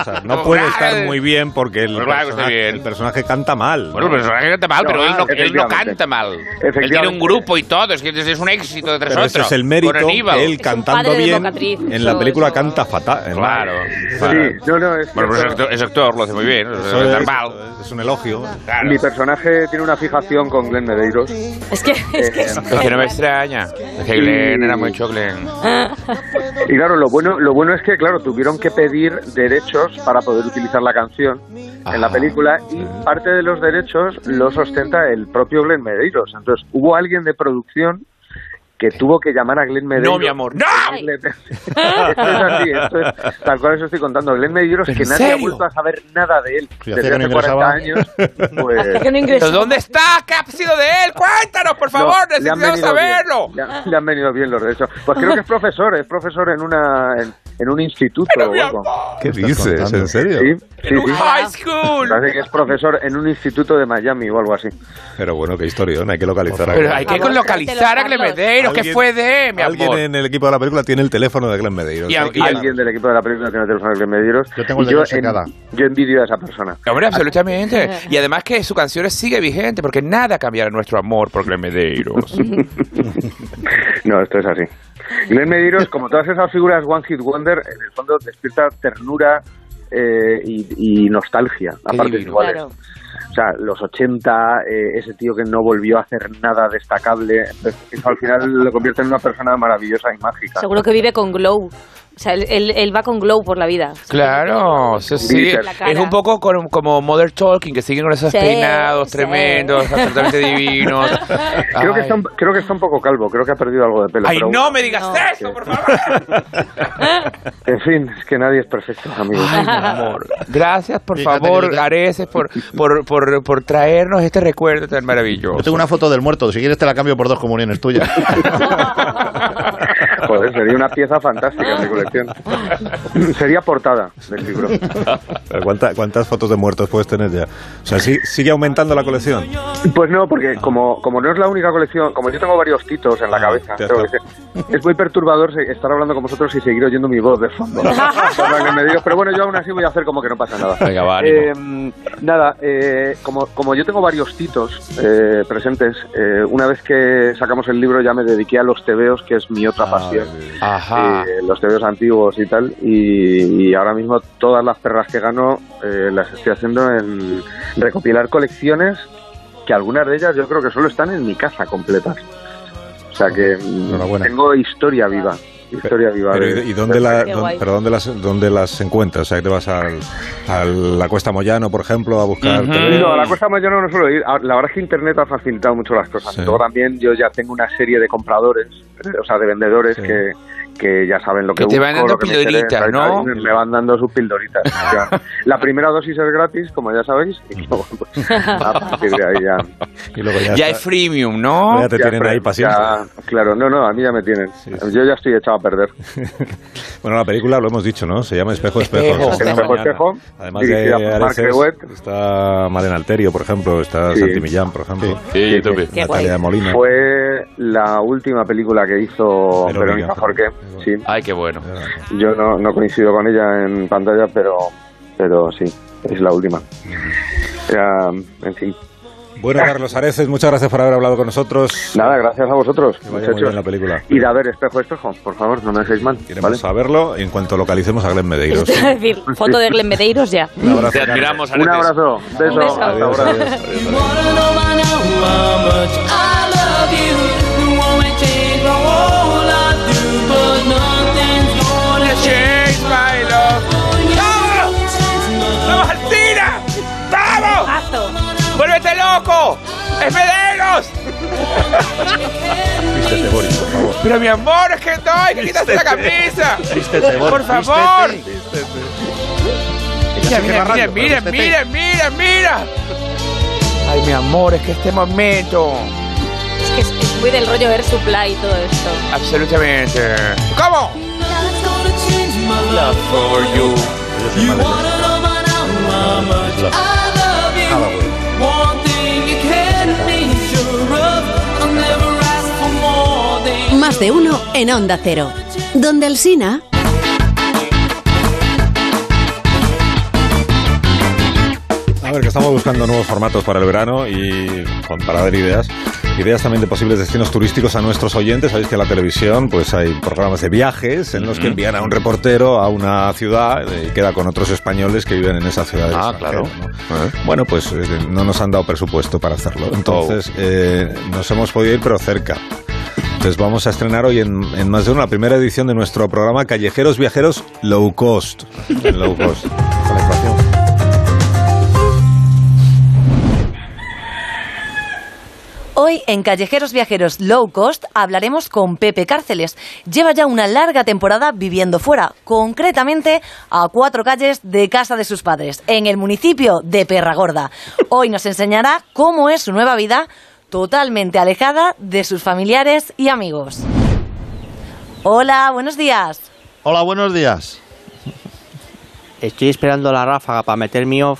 Speaker 1: O sea, no puede estar muy bien porque el,
Speaker 3: Pues claro que está
Speaker 1: personaje,
Speaker 3: bien.
Speaker 1: el personaje canta mal.
Speaker 3: Bueno, el personaje canta mal, pero él no, ah, él no
Speaker 1: efectivamente.
Speaker 3: canta mal. Él tiene un
Speaker 1: Efectivamente.
Speaker 3: grupo y todo, es que es un éxito de tres
Speaker 1: Pero ese
Speaker 3: otros.
Speaker 1: es el mérito
Speaker 3: Con Aníbal.
Speaker 1: que él cantando
Speaker 4: padre de
Speaker 1: bien
Speaker 4: Boca Actriz,
Speaker 1: en la
Speaker 4: eso,
Speaker 1: película canta fatal.
Speaker 3: Claro.
Speaker 5: Sí, no, no, es
Speaker 3: Bueno, pues es
Speaker 5: cierto.
Speaker 3: actor, es actor, lo hace muy bien.
Speaker 1: Eso
Speaker 3: es,
Speaker 1: es,
Speaker 3: mal.
Speaker 1: es un elogio.
Speaker 5: Mi personaje tiene una fijación con Glenn Medeiros.
Speaker 4: Es que, es que es-
Speaker 3: Es que Eh, no me extraña. Es que Glenn era mucho Glenn.
Speaker 5: Y claro, lo bueno, lo bueno es que, claro, tuvieron que pedir derechos para poder utilizar la canción en la película y parte de los derechos los ostenta el propio Glenn Medeiros. Entonces, hubo alguien de producción que tuvo que llamar a Glenn Medeiros.
Speaker 3: No, mi amor, ¡no!
Speaker 5: esto es así, esto es tal cual os estoy contando. Glenn Medeiros,
Speaker 3: ¿En
Speaker 5: que nadie ha
Speaker 3: serio?
Speaker 5: vuelto a saber nada de él
Speaker 13: Que hacía
Speaker 5: desde
Speaker 13: que
Speaker 5: hace
Speaker 13: no
Speaker 5: 40 años.
Speaker 13: ingresaba.
Speaker 5: Pues,
Speaker 3: Entonces, ¿Dónde está? ¿Qué ha sido de él? Cuéntanos, por favor.
Speaker 5: no, le han venido
Speaker 3: Necesitamos
Speaker 5: bien,
Speaker 3: saberlo.
Speaker 5: le, han, le han venido bien los derechos. Pues creo que es profesor, es profesor en una en, en un instituto
Speaker 3: Pero
Speaker 5: o
Speaker 3: mi
Speaker 5: algo.
Speaker 1: ¿Qué dices? ¿En serio?
Speaker 5: Sí, sí, sí.
Speaker 3: High school.
Speaker 5: Parece que es profesor en un instituto de Miami o algo así.
Speaker 1: Pero bueno, qué historión, hay que localizar. a
Speaker 3: Pero
Speaker 1: Glenn.
Speaker 3: hay que localizar a Glenn Medeiros. ¿Qué
Speaker 1: Alguien-
Speaker 3: fue de él, mi
Speaker 1: Alguien
Speaker 3: amor?
Speaker 1: en el equipo de la película tiene el teléfono de Glenn Medeiros.
Speaker 3: Y a-
Speaker 1: Hay que
Speaker 3: y a-
Speaker 1: llamar.
Speaker 5: Alguien del equipo de la película tiene teléfono de Glenn Medeiros.
Speaker 13: Yo tengo el
Speaker 5: y
Speaker 13: de
Speaker 5: yo,
Speaker 13: Dios en cada.
Speaker 5: yo envidio a esa persona.
Speaker 3: Hombre, absolutamente. Y además que su canción sigue vigente porque nada cambiará nuestro amor por Glenn Medeiros.
Speaker 5: No, esto es así. Glenn Medeiros, como todas esas figuras One Hit Wonder, en el fondo despierta ternura eh, y, y nostalgia a
Speaker 3: Qué
Speaker 5: partes
Speaker 3: divino.
Speaker 5: iguales.
Speaker 4: Claro.
Speaker 5: O sea, los 80, eh, ese tío que no volvió a hacer nada destacable, eso al final lo convierte en una persona maravillosa y mágica.
Speaker 4: seguro que vive con Glow. O sea, él, él- él va con Glow por la vida.
Speaker 3: Claro, sí, sí.
Speaker 5: Glitter.
Speaker 4: La cara.
Speaker 3: Es un poco con- como Mother Talking, que siguen con esos
Speaker 4: Sí,
Speaker 3: peinados
Speaker 4: sí.
Speaker 3: tremendos, absolutamente divinos.
Speaker 5: Creo que,
Speaker 3: Ay.
Speaker 5: está un, creo que está un poco calvo, creo que ha perdido algo de pelo.
Speaker 3: Ay,
Speaker 5: pero
Speaker 3: no
Speaker 5: bueno.
Speaker 3: me digas
Speaker 4: No.
Speaker 3: eso, por favor.
Speaker 5: En fin, es que nadie es perfecto, amigos.
Speaker 3: Ay, mi amor. Gracias, por
Speaker 13: Fíjate que yo
Speaker 3: favor,
Speaker 13: te-
Speaker 3: Areces, por, por, por, por traernos este recuerdo tan
Speaker 13: Yo
Speaker 3: maravilloso.
Speaker 13: tengo una foto del muerto, si quieres te la cambio por dos comuniones tuyas.
Speaker 5: Joder, sería una pieza fantástica en mi colección. Sería portada del libro.
Speaker 1: Pero cuánta- ¿Cuántas fotos de muertos puedes tener ya? O sea, sí- sigue aumentando la colección.
Speaker 5: Pues no, porque como, como no es la única colección, como yo tengo varios titos en la
Speaker 1: Ah,
Speaker 5: cabeza,
Speaker 1: te has
Speaker 5: tengo que decir, es muy perturbador se- estar hablando con vosotros y seguir oyendo mi voz de fondo. Perdón que me digas, Pero bueno, yo aún así voy a hacer como que no pasa nada.
Speaker 3: Venga, va, ánimo.
Speaker 5: Eh, nada, eh, como, como yo tengo varios titos eh, presentes, eh, una vez que sacamos el libro ya me dediqué a los tebeos, que es mi otra pasión.
Speaker 3: Ajá.
Speaker 5: eh, los tebeos antiguos y tal, y, y ahora mismo todas las perras que gano eh, las estoy haciendo en recopilar colecciones que algunas de ellas yo creo que solo están en mi casa completas. O sea que mm,
Speaker 13: Enhorabuena.
Speaker 5: tengo historia viva, historia viva.
Speaker 1: Pero,
Speaker 5: de-
Speaker 1: ¿y- ¿Y dónde, la,
Speaker 4: Qué
Speaker 1: dónde-
Speaker 4: guay.
Speaker 1: pero dónde las, dónde las encuentras? O sea, ¿te vas al, a la Cuesta Moyano, por ejemplo, a buscar...
Speaker 3: Ujú.
Speaker 1: teléfonos?
Speaker 5: No, a la Cuesta Mayor no suelo ir. A- La verdad es que Internet ha facilitado mucho las cosas.
Speaker 1: Sí.
Speaker 5: Luego también yo ya tengo una serie de compradores, eh, o sea, de vendedores
Speaker 1: Sí.
Speaker 5: que, que ya saben lo que,
Speaker 3: Que te van
Speaker 5: busco,
Speaker 3: dando
Speaker 5: lo que me
Speaker 3: pildoritas,
Speaker 5: interesa y
Speaker 3: ¿no?
Speaker 5: tal, y Me van dando sus pildoritas. O sea, la primera dosis es gratis, como ya sabéis, y luego, pues, a partir de ahí ya...
Speaker 1: Y luego ya,
Speaker 3: Ya
Speaker 1: está-
Speaker 3: es freemium, ¿no?
Speaker 1: ya te
Speaker 5: ya
Speaker 1: tienen ahí
Speaker 5: pre-
Speaker 1: paciencia.
Speaker 5: ya- claro, no, no, a mí ya me tienen. Yo ya estoy echado a perder.
Speaker 1: Bueno, la película lo hemos dicho, ¿no? Se llama Espejo, Espejo.
Speaker 5: Espejo,
Speaker 1: Está esta
Speaker 5: Espejo,
Speaker 1: mañana.
Speaker 5: Espejo,
Speaker 1: Además
Speaker 5: dirigida
Speaker 1: de
Speaker 5: por Marc
Speaker 1: Areces,
Speaker 5: Creuet.
Speaker 1: está Malena Alterio, por ejemplo, está
Speaker 5: Sí.
Speaker 1: Santi Millán, por ejemplo.
Speaker 5: Sí,
Speaker 1: Natalia Molina.
Speaker 5: Fue la última película que hizo Verónica
Speaker 1: Verónica.
Speaker 5: Jorqué. Sí.
Speaker 3: Ay, qué bueno.
Speaker 5: Yo no, no coincido con ella en pantalla, pero, pero sí, es la última. Era, en fin.
Speaker 1: Bueno, Carlos Areces, muchas gracias por haber hablado con nosotros.
Speaker 5: Nada, gracias a vosotros.
Speaker 1: Que vaya muy bien la película.
Speaker 5: Id a ver Espejo, Espejo, por favor, no me dejéis mal.
Speaker 1: Queremos saberlo en cuanto localicemos a Glenn Medeiros.
Speaker 4: Es decir, foto de Glenn Medeiros ya.
Speaker 1: Un abrazo.
Speaker 3: Te admiramos,
Speaker 5: Un abrazo, beso.
Speaker 4: Un beso.
Speaker 5: Hasta
Speaker 1: Adiós,
Speaker 5: ahora.
Speaker 1: adiós.
Speaker 16: ¡Vamos, Alcina! ¡Vamos! ¡Vuélvete loco! ¡Es Medeiros!
Speaker 1: Vístete, Boris, por favor.
Speaker 16: Pero mi amor, es que no, hay que quitarse la camisa.
Speaker 1: Vístete, Boris,
Speaker 16: Por favor. Mira, mira, mira,
Speaker 11: radio,
Speaker 16: mira,
Speaker 11: pero
Speaker 16: mira, mira, mira. Ay, mi amor, es que este momento.
Speaker 4: Es que es, es muy del rollo Air Supply y todo esto.
Speaker 16: Absolutamente. ¿Cómo?
Speaker 14: Más de uno en Onda Cero. Donde el Sina.
Speaker 1: A ver, que estamos buscando nuevos formatos para el verano y con para dar ideas. Ideas también de posibles destinos turísticos a nuestros oyentes. Sabéis que en la televisión pues hay programas de viajes en los que envían a un reportero a una ciudad eh, y queda con otros españoles que viven en esa ciudad. del
Speaker 3: Ah,
Speaker 1: extranjero,
Speaker 3: claro. Oh.
Speaker 1: ¿no? Bueno, pues eh, no nos han dado presupuesto para hacerlo. Entonces eh, nos hemos podido ir pero cerca. Entonces vamos a estrenar hoy en, en más de uno la primera edición de nuestro programa Callejeros Viajeros Low Cost. En low cost. Con la inflación.
Speaker 17: Hoy en Callejeros Viajeros Low Cost hablaremos con Pepe Cárceles. Lleva ya una larga temporada viviendo fuera, concretamente a cuatro calles de casa de sus padres, en el municipio de Perragorda. Hoy nos enseñará cómo es su nueva vida totalmente alejada de sus familiares y amigos. Hola, buenos días.
Speaker 2: Hola, buenos días. Estoy esperando la ráfaga para meter mi off,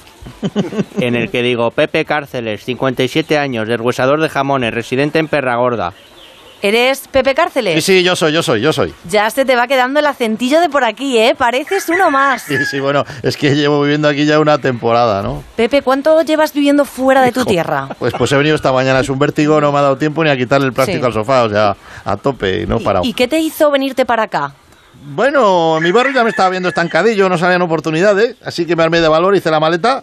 Speaker 2: en el que digo Pepe Cárceles, 57 años, deshuesador de jamones, residente en Perragorda.
Speaker 17: ¿Eres Pepe
Speaker 2: Sí,
Speaker 17: Cárceles?
Speaker 2: sí, yo soy, yo soy, yo soy.
Speaker 17: Ya se te va quedando el acentillo de por aquí, ¿eh? Pareces uno más.
Speaker 2: Sí, sí, bueno, es que llevo viviendo aquí ya una temporada, ¿no?
Speaker 17: Pepe, ¿cuánto llevas viviendo fuera de tu
Speaker 2: Hijo.
Speaker 17: tierra?
Speaker 2: Pues, pues he venido esta mañana, es un vértigo, no me ha dado tiempo ni a quitarle el plástico
Speaker 17: Sí.
Speaker 2: al sofá, o sea, a tope, y no he parado.
Speaker 17: ¿Y qué te hizo venirte para acá?
Speaker 2: Bueno, mi barrio ya me estaba viendo estancadillo, no salían oportunidades, así que me armé de valor, hice la maleta,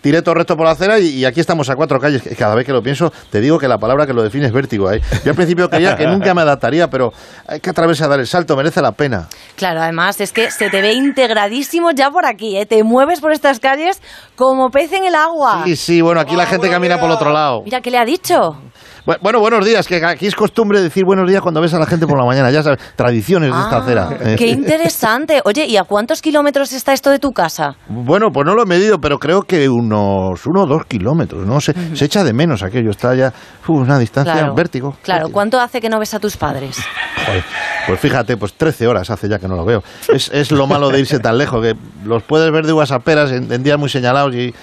Speaker 2: tiré todo recto por la acera y, y aquí estamos a cuatro calles. Que Cada vez que lo pienso, te digo que la palabra que lo define es vértigo. ¿eh? Yo al principio creía que nunca me adaptaría, pero hay que atreverse a dar el salto, merece la pena.
Speaker 17: Claro, además es que se te ve integradísimo ya por aquí, ¿eh? Te mueves por estas calles como pez en el agua.
Speaker 2: Y sí, bueno, aquí la gente camina por el otro lado.
Speaker 17: Mira, ¿qué le ha dicho?
Speaker 2: Bu- Bueno, buenos días, que aquí es costumbre decir buenos días cuando ves a la gente por la mañana, ya sabes, tradiciones de esta acera. ¿eh?
Speaker 17: Ah, Qué interesante. Oye, ¿y a cuántos kilómetros está esto de tu casa?
Speaker 2: Bueno, pues no lo he medido, pero creo que unos uno o dos kilómetros, ¿no? Se, se echa de menos aquello, está ya uf, una distancia,
Speaker 17: Claro.
Speaker 2: un vértigo.
Speaker 17: Claro, ¿cuánto hace que no ves a tus padres?
Speaker 2: Joder, pues fíjate, pues 13 horas hace ya que no lo veo. Es, es lo malo de irse tan lejos, que los puedes ver de uvas a peras en, en días muy señalados y...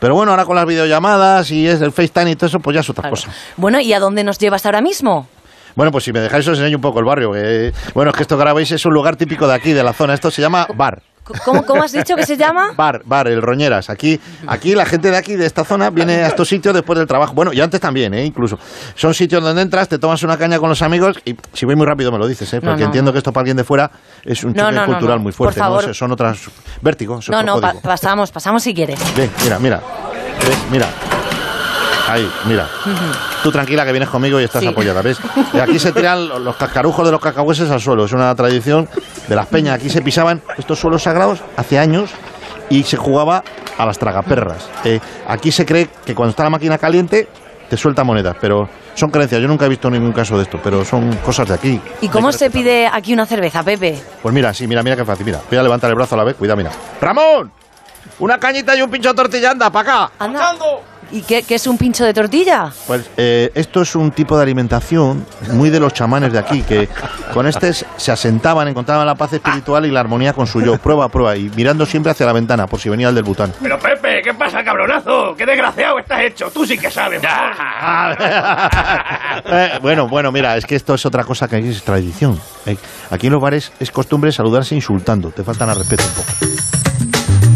Speaker 2: Pero bueno, ahora con las videollamadas y es el FaceTime y todo eso, pues ya es otra cosa.
Speaker 17: Bueno, ¿y a dónde nos llevas ahora mismo?
Speaker 2: Bueno, pues si me dejáis os enseño un poco el barrio. que- bueno, es que esto que ahora veis es un lugar típico de aquí, de la zona. Esto se llama bar.
Speaker 17: ¿Cómo, cómo has dicho que se llama?
Speaker 2: Bar, bar, el Roñeras. Aquí, aquí la gente de aquí, de esta zona, viene a estos sitios después del trabajo. Bueno, y antes también, ¿eh? incluso. Son sitios donde entras, te tomas una caña con los amigos y si voy muy rápido me lo dices, ¿eh?
Speaker 17: No,
Speaker 2: porque
Speaker 17: no,
Speaker 2: entiendo que esto para alguien de fuera es un
Speaker 17: No,
Speaker 2: choque
Speaker 17: no, no,
Speaker 2: cultural
Speaker 17: no.
Speaker 2: muy fuerte.
Speaker 17: Por favor.
Speaker 2: ¿no? Son otras... Vértigo, eso
Speaker 17: No,
Speaker 2: es
Speaker 17: no, pa-
Speaker 2: código.
Speaker 17: pasamos, pasamos si quieres.
Speaker 2: Ven, mira, mira. ¿Ves? Mira. Ahí, mira. Tú tranquila que vienes conmigo y estás
Speaker 17: Sí.
Speaker 2: apoyada, ¿ves? Y aquí se tiran lo- los cascarujos de los cacahueses al suelo. Es una tradición de las peñas. Aquí se pisaban estos suelos sagrados hace años y se jugaba a las tragaperras. Eh, aquí se cree que cuando está la máquina caliente te suelta monedas, pero son creencias. Yo nunca he visto ningún caso de esto, pero son cosas de aquí.
Speaker 17: ¿Y cómo se pide aquí una cerveza, Pepe?
Speaker 2: Pues mira, sí, mira, mira qué fácil. Mira, voy a levantar el brazo a la vez. Cuidado, mira. ¡Ramón! Una cañita y un pincho de tortilla, anda, para acá.
Speaker 17: Anda. ¿Y qué, qué es un pincho de tortilla?
Speaker 2: Pues eh, esto es un tipo de alimentación muy de los chamanes de aquí, que con este s- se asentaban, encontraban la paz espiritual y la armonía con su yo. Prueba, prueba, y mirando siempre hacia la ventana, por si venía el del Bután.
Speaker 18: Pero Pepe, ¿qué pasa, cabronazo? ¡Qué desgraciado estás hecho! Tú sí que sabes.
Speaker 2: Eh, bueno, bueno, mira, es que esto es otra cosa que aquí es tradición. Eh, aquí en los bares es costumbre saludarse insultando, te faltan al respeto un poco.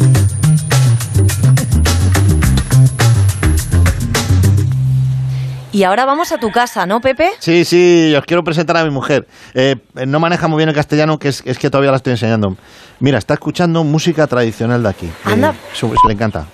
Speaker 17: Y ahora vamos a tu casa, ¿no, Pepe?
Speaker 2: Sí, sí, os quiero presentar a mi mujer. Eh, no maneja muy bien el castellano, que es, es que todavía la estoy enseñando. Mira, está escuchando música tradicional de aquí. Eh,
Speaker 17: Anda.
Speaker 2: su- le encanta.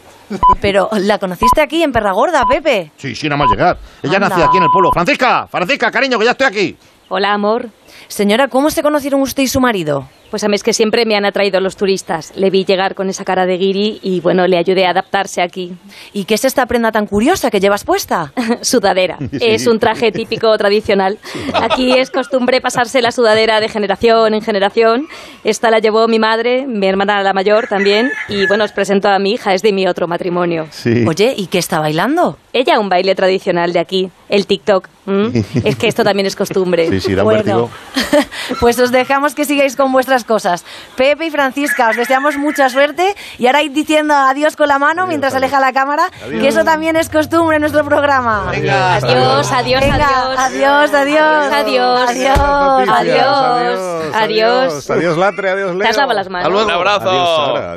Speaker 17: Pero la conociste aquí en Perragorda, Pepe.
Speaker 2: Sí, sí, nada más llegar. Ella
Speaker 17: Anda.
Speaker 2: nació aquí en el pueblo. Francisca, Francisca, cariño, que ya estoy aquí.
Speaker 4: Hola, amor.
Speaker 17: Señora, ¿cómo se conocieron usted y su marido?
Speaker 4: Pues a mí es que siempre me han atraído los turistas. Le vi llegar con esa cara de guiri y bueno, le ayudé a adaptarse aquí.
Speaker 17: ¿Y qué es esta prenda tan curiosa que llevas puesta?
Speaker 4: sudadera.
Speaker 17: Sí.
Speaker 4: Es un traje típico tradicional. Aquí es costumbre pasarse la sudadera de generación en generación. Esta la llevó mi madre, mi hermana la mayor también. Y bueno, os presento a mi hija, es de mi otro matrimonio.
Speaker 2: Sí.
Speaker 17: Oye, ¿y qué está bailando?
Speaker 4: Ella un baile tradicional de aquí, el TikTok. ¿m? Es que esto también es costumbre.
Speaker 2: Sí, sí, da un
Speaker 17: Bueno.
Speaker 2: vértigo.
Speaker 17: Pues os dejamos que sigáis con vuestras cosas. Pepe y Francisca, os deseamos mucha suerte y ahora id diciendo adiós con la mano mientras aleja la cámara,
Speaker 4: Adiós.
Speaker 17: que eso también es costumbre en nuestro programa.
Speaker 4: Venga, adiós, adiós,
Speaker 17: Venga,
Speaker 4: adiós.
Speaker 17: adiós,
Speaker 4: Adiós.
Speaker 17: adiós. Adiós.
Speaker 4: Adiós.
Speaker 1: Adiós,
Speaker 4: Adiós.
Speaker 1: Adiós, Latre, adiós, Leo.
Speaker 4: Te has lavado las manos.
Speaker 1: Hasta luego.
Speaker 6: Un abrazo.
Speaker 1: Adiós, Sara.